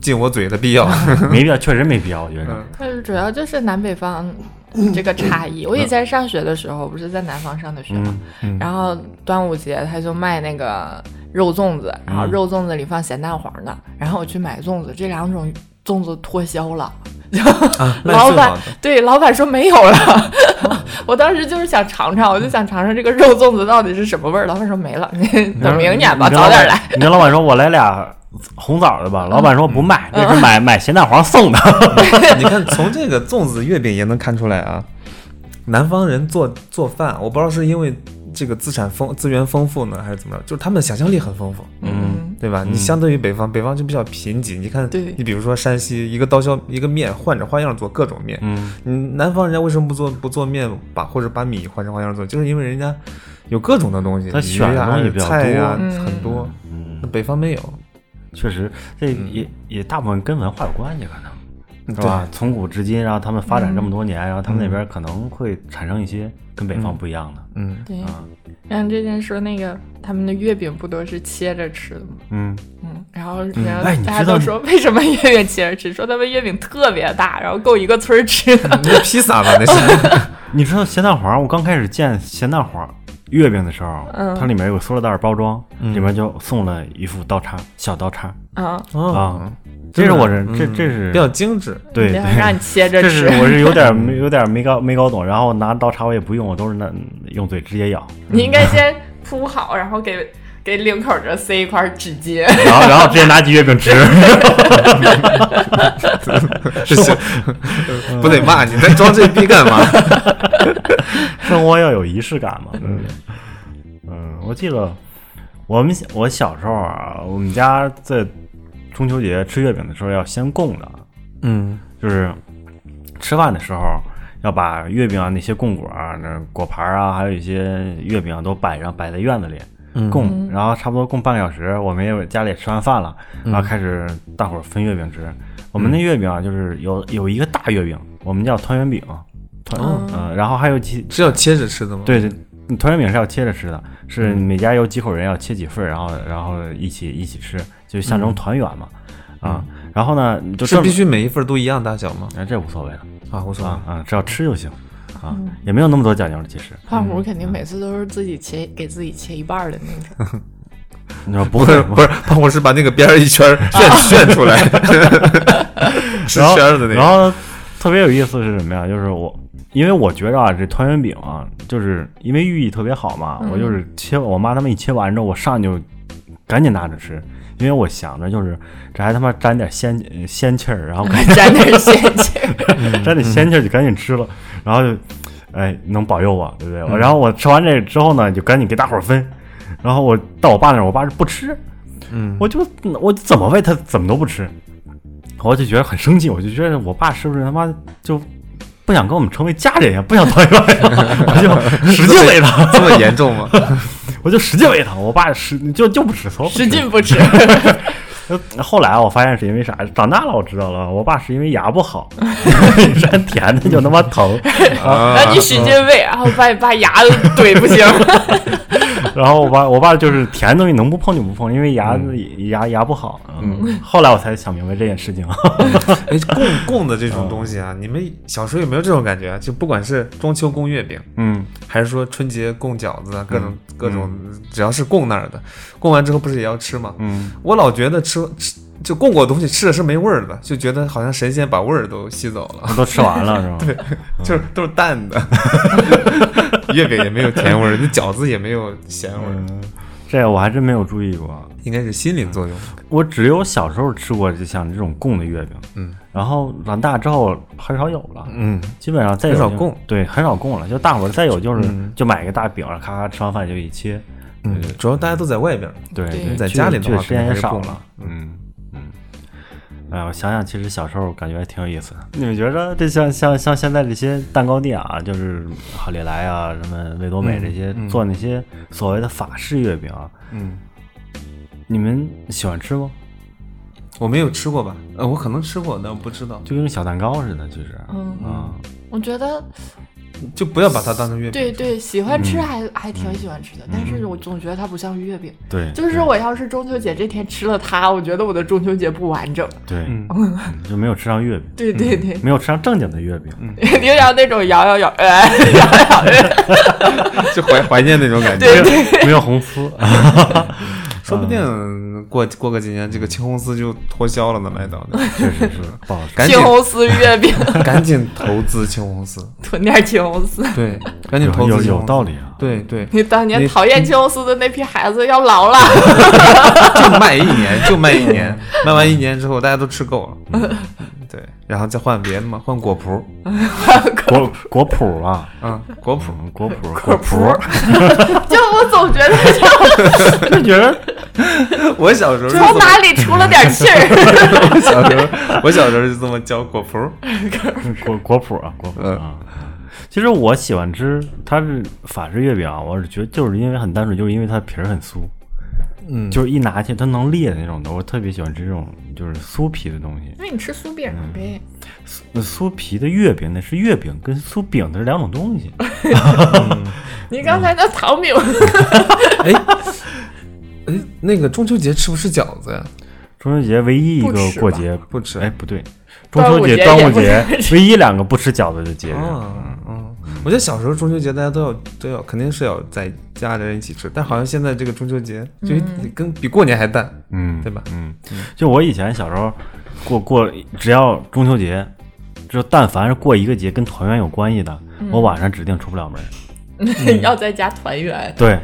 Speaker 1: 进我嘴的必 要。
Speaker 4: 没必要，确实没必要，我觉得
Speaker 1: 嗯。
Speaker 5: 但是主要就是南北方这个差异。我以前上学的时候，不是在南方上的学嘛，
Speaker 1: 嗯
Speaker 5: 然后端午节他就卖那个肉粽子，然后
Speaker 4: 嗯
Speaker 5: 肉粽子里放咸蛋黄的，然后我去买粽子，这两种粽子脱 销了。
Speaker 1: 啊，烂
Speaker 5: 老
Speaker 1: 醉
Speaker 5: 板
Speaker 1: 了
Speaker 5: 对老板说没有了，
Speaker 4: 哦
Speaker 5: 我当时就是想尝尝，我就想尝尝这个肉粽子到底是什么味儿。老板说没了，你等明年吧，
Speaker 4: 嗯你跟老板
Speaker 5: 早点来。。嗯
Speaker 4: 你跟老板说，我来俩红枣的吧。老板说不卖，这是买买咸蛋黄送的。
Speaker 1: 哎你看，从这个粽子、月饼也能看出来啊，南方人做做饭，我不知道是因为这个资产丰资源丰富呢，还是怎么着，就是他们的想象力很丰富，
Speaker 5: 嗯，
Speaker 1: 对吧？你相对于北方，北方就比较贫瘠。你看
Speaker 5: 对，
Speaker 1: 你比如说山西，一个刀削一个面，换着花样做各种面。
Speaker 4: 嗯，
Speaker 1: 嗯，南方人家为什么不做不做面，把或者把米换成花样做，就是因为人家有各种的东西，
Speaker 4: 他
Speaker 1: 鱼
Speaker 4: 选的
Speaker 1: 啊
Speaker 4: 东西比较
Speaker 1: 菜呀、
Speaker 5: 多嗯
Speaker 1: 很多。那北方没有，
Speaker 4: 确实，这
Speaker 1: 嗯
Speaker 4: 也也大部分跟文化有关系，可能。是
Speaker 1: 对嗯
Speaker 4: 吧？从古至今，然后他们发展这么多年，然后他们那边可能会产生一些跟北方不一样的，
Speaker 1: 嗯，
Speaker 5: 对
Speaker 4: 啊。
Speaker 5: 然后之前说那个他们的月饼不都是切着吃的吗？
Speaker 4: 嗯，
Speaker 5: 嗯，然后然后
Speaker 4: 哎你
Speaker 5: 大家
Speaker 4: 知道
Speaker 5: 都
Speaker 4: 你
Speaker 5: 说为什么月饼切着吃？说他们月饼特别大，然后够一个村儿吃的。
Speaker 1: 那披萨吧，那是。
Speaker 4: 你知道咸蛋黄？我刚开始见咸蛋黄月饼的时候，
Speaker 5: 嗯
Speaker 4: 它里面有个塑料袋包装，
Speaker 1: 嗯
Speaker 4: 里面就送了一副刀叉，小刀叉
Speaker 5: 啊，
Speaker 4: 啊
Speaker 1: 哦，。
Speaker 4: 这 是
Speaker 1: 真的
Speaker 4: 我这这
Speaker 1: 嗯
Speaker 4: 这是
Speaker 1: 比较精 致。
Speaker 4: 对
Speaker 5: 然
Speaker 4: 对
Speaker 5: 后让嗯你切着
Speaker 4: 这是。
Speaker 5: 吃
Speaker 4: 我是有点没有点没搞没搞懂，然后拿刀叉我也不用，我都是那用嘴直接咬，
Speaker 5: 你应该先铺好，然后给给领口这塞一块纸巾。
Speaker 4: 然后然后直接拿起月饼吃。
Speaker 1: 这是 不得骂你，在装这逼干 嘛？
Speaker 4: 生活要有仪式感嘛，对不对？嗯，我记得我们我小时候啊，我们家在中秋节吃月饼的时候要先供的，
Speaker 1: 嗯
Speaker 4: 就是吃饭的时候要把月饼啊那些供果啊、那果盘啊，还有一些月饼啊都摆上，摆在院子里。
Speaker 1: 嗯
Speaker 4: 供，然后差不多供半个小时，我们也家里也吃完饭了，然
Speaker 1: 啊嗯
Speaker 4: 后开始大伙儿分月饼吃。我们那月饼啊，就是有有一个大月饼，我们叫团圆饼，团
Speaker 1: 哦
Speaker 4: 嗯，然后还有几
Speaker 1: 是要切着吃的吗？，
Speaker 4: 对对，团圆饼是要切着吃的，是每家有几口人要切几份儿，然后然后一起一起吃，就象征团圆嘛。啊，然后呢，你就是这
Speaker 1: 必
Speaker 4: 么，
Speaker 1: 须每一份都一样大小吗？
Speaker 4: 哎，这无所谓了
Speaker 1: 啊，无所谓
Speaker 4: 啊。啊，只要吃就行啊，也没有那么多讲究了。其实
Speaker 5: 胖虎肯定每次都是自己切给自己切一半儿的那种。
Speaker 4: 你说 不
Speaker 1: 不
Speaker 4: 会
Speaker 1: 是，不是， 胖虎是把那个边儿一圈儿 炫炫出来，是
Speaker 4: 然后
Speaker 1: 圈儿的那
Speaker 4: 然
Speaker 1: 个。
Speaker 4: 后特别有意思是什么呀？就是我，因为我觉着啊，这团圆饼啊，就是因为寓意特别好嘛，我就是切我妈他们一切完之后，我上去就赶紧拿着吃，因为我想着就是这还他妈沾点鲜呃鲜气儿，然后
Speaker 5: 沾点鲜 气儿，
Speaker 4: 沾
Speaker 5: 嗯
Speaker 4: 点鲜气儿就赶紧吃了，然后就哎能保佑我，对不对？
Speaker 5: 嗯
Speaker 4: 然后我吃完这个之后呢，就赶紧给大伙儿分，然后我到我爸那儿，我爸是不吃，
Speaker 1: 嗯，
Speaker 4: 我就我怎么喂他怎么都不吃，我就觉得很生气，我就觉得我爸是不是他妈就不想跟我们成为家人呀，不想团圆呀， 我就使劲喂他，
Speaker 1: 这么严重 吗？
Speaker 4: 我就使劲喂他，我爸使就就不吃，从来不吃
Speaker 5: 使劲不吃。
Speaker 1: 啊
Speaker 4: 呃后来我发现是因为啥？长大了我知道了，我爸是因为牙不 好， 沾甜的就他妈疼，
Speaker 1: 啊
Speaker 5: 然啊哎后你使劲喂，然后把把牙都怼不行。
Speaker 4: 然后我爸我爸就是甜的东西能不碰就不碰，因为牙、
Speaker 1: 嗯
Speaker 4: 牙牙不好。嗯，后来我才想明白这件事情。
Speaker 1: 哎，供供的这种东西啊，你们小时候有没有这种感觉啊？就不管是中秋供月饼，
Speaker 4: 嗯，
Speaker 1: 还是说春节供饺子啊，各种、各种，只要是供那儿的，供完之后不是也要吃吗？
Speaker 4: 嗯，
Speaker 1: 我老觉得吃吃就供过的东西吃的是没味儿的，就觉得好像神仙把味儿都吸走了，
Speaker 4: 都吃 完了是吧？
Speaker 1: 就是都是淡 的，月饼也没有甜味儿，那饺子也没有咸味儿，
Speaker 4: 嗯，这我还真没有注意过。
Speaker 1: 应该是心理作用。
Speaker 4: 我只有小时候吃过就像这种供的月饼，
Speaker 1: 嗯，
Speaker 4: 然后长大之后很少有了，
Speaker 1: 嗯，
Speaker 4: 基本上再有
Speaker 1: 很少
Speaker 4: 就
Speaker 1: 供
Speaker 4: 对，很少供了。就大伙儿再有就是、
Speaker 1: 嗯
Speaker 4: 就买一个大饼，咔咔吃完饭就一切，
Speaker 1: 嗯，主要大家都在外边儿，
Speaker 4: 对，
Speaker 5: 对
Speaker 4: 对
Speaker 1: 嗯在
Speaker 4: 聚
Speaker 1: 家里的
Speaker 4: 聚
Speaker 1: 话
Speaker 4: 的时间
Speaker 1: 肯定还
Speaker 4: 也
Speaker 1: 是
Speaker 4: 少
Speaker 1: 供
Speaker 4: 了
Speaker 1: 了，
Speaker 4: 嗯嗯。哎，我想想，其实小时候感觉还挺有意思的。你们觉着这像像像现在这些蛋糕店啊，就是好利来啊、什么味多美这些、
Speaker 1: 嗯嗯
Speaker 4: 做那些所谓的法式月饼啊，
Speaker 1: 嗯，
Speaker 4: 你们喜欢吃吗？
Speaker 1: 我没有吃过吧？呃，我可能吃过，但我不知道。
Speaker 4: 就跟小蛋糕似的，其实，
Speaker 5: 嗯，
Speaker 4: 啊，
Speaker 5: 我觉得
Speaker 1: 就不要把它当成月饼。
Speaker 5: 对对，喜欢
Speaker 1: 嗯
Speaker 5: 吃还还挺喜欢吃的，但是我总觉得它不像月饼。
Speaker 4: 对，
Speaker 5: 就是我要是中秋节这天吃了它，我觉得我的中秋节不完整。
Speaker 4: 对，
Speaker 1: 嗯
Speaker 4: 嗯就没有吃上月饼，
Speaker 5: 对对对，
Speaker 4: 没有吃上正经的月饼，
Speaker 5: 平常那种摇摇摇，哎，摇摇摇，
Speaker 1: 就怀怀念那种感觉。
Speaker 5: 对
Speaker 4: 没有没有红丝，啊
Speaker 1: 说不定过过个几年，这个青红丝就脱销了呢，卖到 的。
Speaker 4: 确实是不好吃。
Speaker 1: 赶紧
Speaker 5: 青红丝月饼，
Speaker 1: 赶紧投资青红丝，
Speaker 5: 囤点青红丝。
Speaker 1: 对，赶紧投
Speaker 4: 有
Speaker 1: 资青红
Speaker 4: 有
Speaker 1: 丝
Speaker 4: 有道理啊
Speaker 1: 对对，
Speaker 5: 你当年
Speaker 1: 你
Speaker 5: 讨厌青红丝的那批孩子要老了，
Speaker 1: 就卖一年， 就卖一年，卖完一年之后大家都吃够了，对，然后再换别的嘛，换果脯，
Speaker 4: 果果脯啊，
Speaker 1: 嗯，果脯，
Speaker 4: 嗯果脯果 脯，
Speaker 5: 就我总觉得
Speaker 4: 就觉得
Speaker 1: 我小时候是这
Speaker 5: 从
Speaker 1: 么，
Speaker 5: 哪里出了点气 儿。
Speaker 1: 我小时 候，我小时候就这么叫果脯，
Speaker 4: 果果脯啊，果脯
Speaker 1: 嗯
Speaker 4: 啊。其实我喜欢吃，它是法式月饼啊，我是觉得就是因为很单纯，就是因为它皮儿很酥，
Speaker 1: 嗯
Speaker 4: 就是一拿起它能裂的那种的，我特别喜欢吃这种就是酥皮的东西。
Speaker 5: 那你吃酥饼
Speaker 1: 嗯
Speaker 5: 呗，
Speaker 4: 那酥皮的月饼那是月饼，跟酥饼它是两种东 西。
Speaker 5: 你刚才那糖饼，
Speaker 1: 哎。哎，那个中秋节吃不吃饺子呀？
Speaker 4: 中秋节唯一一
Speaker 5: 不
Speaker 4: 个
Speaker 5: 吃
Speaker 4: 过
Speaker 5: 吧
Speaker 4: 节
Speaker 1: 不吃。
Speaker 4: 哎，不对，中
Speaker 5: 端
Speaker 4: 秋
Speaker 5: 午
Speaker 4: 节、
Speaker 5: 节
Speaker 4: 端
Speaker 5: 也
Speaker 4: 午
Speaker 5: 不
Speaker 4: 节
Speaker 5: 能吃哦
Speaker 4: 唯一两个不吃饺子的节日。
Speaker 1: 啊，嗯，我觉得小时候中秋节大家都要都要，肯定是要在家里人一起吃，但好像现在这个中秋节就跟比过年还淡，
Speaker 4: 嗯，
Speaker 1: 对吧？
Speaker 4: 嗯，就我以前小时候过过，只要中秋节，就但凡是过一个节跟团圆有关系的，我晚上指定出不了门。
Speaker 1: 嗯
Speaker 5: 要在家团圆。
Speaker 4: 对，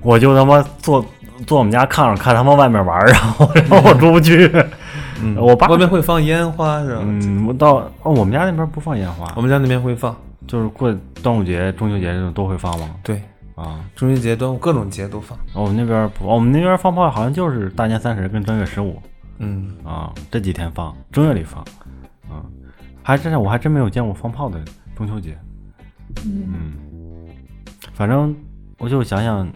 Speaker 4: 我就他妈坐坐我们家炕上看他们外面玩儿，然后然后我出不去。我爸
Speaker 1: 嗯外面会放烟花是吧？
Speaker 4: 嗯，我到哦，我们家那边不放烟花
Speaker 1: 我，们家那边会放，
Speaker 4: 就是过端午节、中秋节这种都会放吗？
Speaker 1: 对，
Speaker 4: 啊，哦
Speaker 1: 中秋节、端午各种节都放。
Speaker 4: 我们那边不，我们那边放炮好像就是大年三十跟正月十五。
Speaker 1: 嗯，
Speaker 4: 啊，这几天放，正月里放，啊，还真是我还真没有见过放炮的中秋节。嗯，反正我就想想，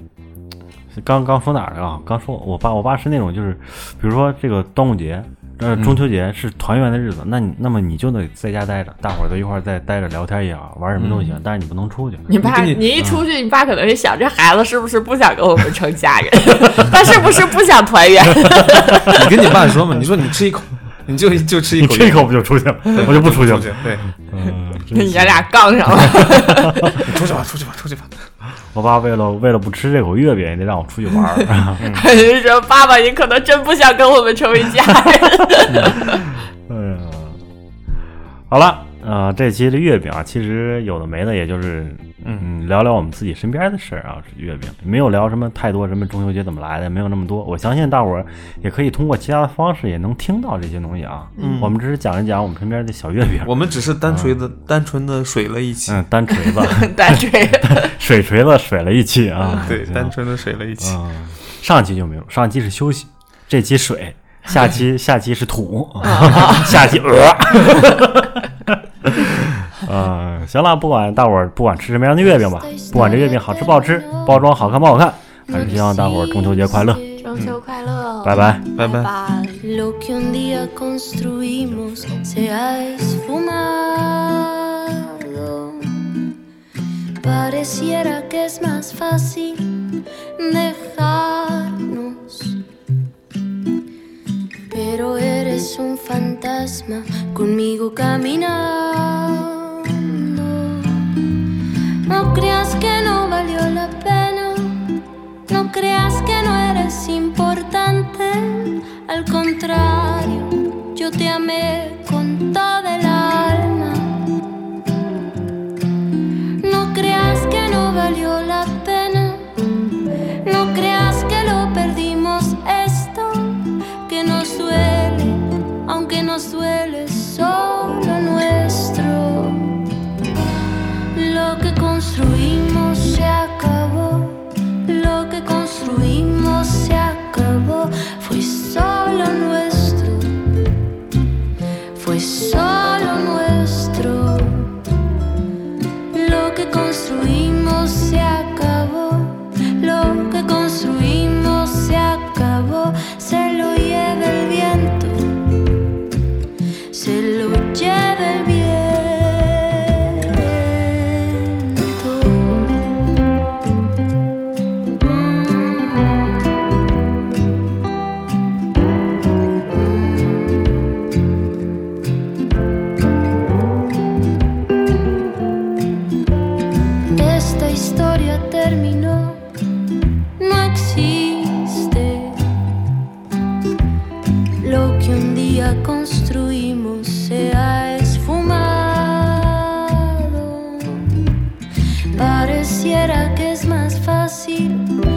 Speaker 4: 刚刚说哪儿了啊？刚说我爸，我爸是那种就是，比如说这个端午节。呃，中秋节是团圆的日子，那你那么你就得在家待着，大伙儿都一块儿在待着聊天也好，玩什么都行，但是你不能出去。
Speaker 5: 你爸，
Speaker 1: 你给嗯
Speaker 5: 你一出去，你爸可能是想，这孩子是不是不想跟我们 成家人？他是不是不想团圆？
Speaker 1: 嗯你跟你爸说嘛，你说你吃一口，你就就吃
Speaker 4: 你
Speaker 1: 一口，
Speaker 4: 吃一口不就出去了？我就不出去
Speaker 1: 出
Speaker 4: 了
Speaker 1: 去。，对，
Speaker 4: 嗯， 真
Speaker 5: 你
Speaker 4: 是
Speaker 5: 家俩杠上了，
Speaker 1: 你出去 吧，出去吧，出去吧。
Speaker 4: 我爸为了为了不吃这口月饼，也得让我出去玩儿。
Speaker 1: 嗯
Speaker 5: 就说爸 爸，你可能真不想跟我们成为家人。
Speaker 4: 嗯，好了，呃，这期的月饼啊，其实有的没的，也就是嗯聊聊我们自己身边的事儿啊。月饼没有聊什么太多，什么中秋节怎么来的，没有那么多。我相信大伙儿也可以通过其他的方式也能听到这些东西啊。
Speaker 1: 嗯
Speaker 4: 我们只是讲一讲我们身边的小月饼，
Speaker 1: 我们只是单纯的、单纯的水了一期，
Speaker 4: 嗯，单锤子、
Speaker 5: 大锤，
Speaker 4: 水锤子水了一期啊。
Speaker 1: 对，
Speaker 4: 行
Speaker 1: 单纯的水了一期。
Speaker 4: 嗯，上期就没有，上期是休息，这期水，下期下期是土， 下期鹅。嗯，行了，不管大伙儿不管吃什么样的月饼吧，不管这月饼好吃不好吃，包装好看不好看，还是希望大伙儿中秋节快乐，
Speaker 6: 中秋快乐，哦
Speaker 4: 拜拜。
Speaker 1: 拜拜。
Speaker 6: Lo que un día construimos se ha esfumado. Pareciera que es más fácil dejarnos. Pero eres un fantasma conmigo caminando. No creas que no valió la pena. No creas que no eres importante, al contrario, yo te amé con toda el alma. No creas que no valió la pena, no creas que lo perdimos esto, que nos duele, aunque nos duele solo nuestro. Lo que construimos se acabó. Lo que construimos se acabó. Fue solo nuestro. Fue solo nuestro. Lo que construimos se acabó. Lo que construimos se acabó. Se lo lleva el viento se lo lleva el viento. Mm. Esta historia terminó, no existe. Lo que un día construimos se ha esfumado. Pareciera que es más fácil Mm.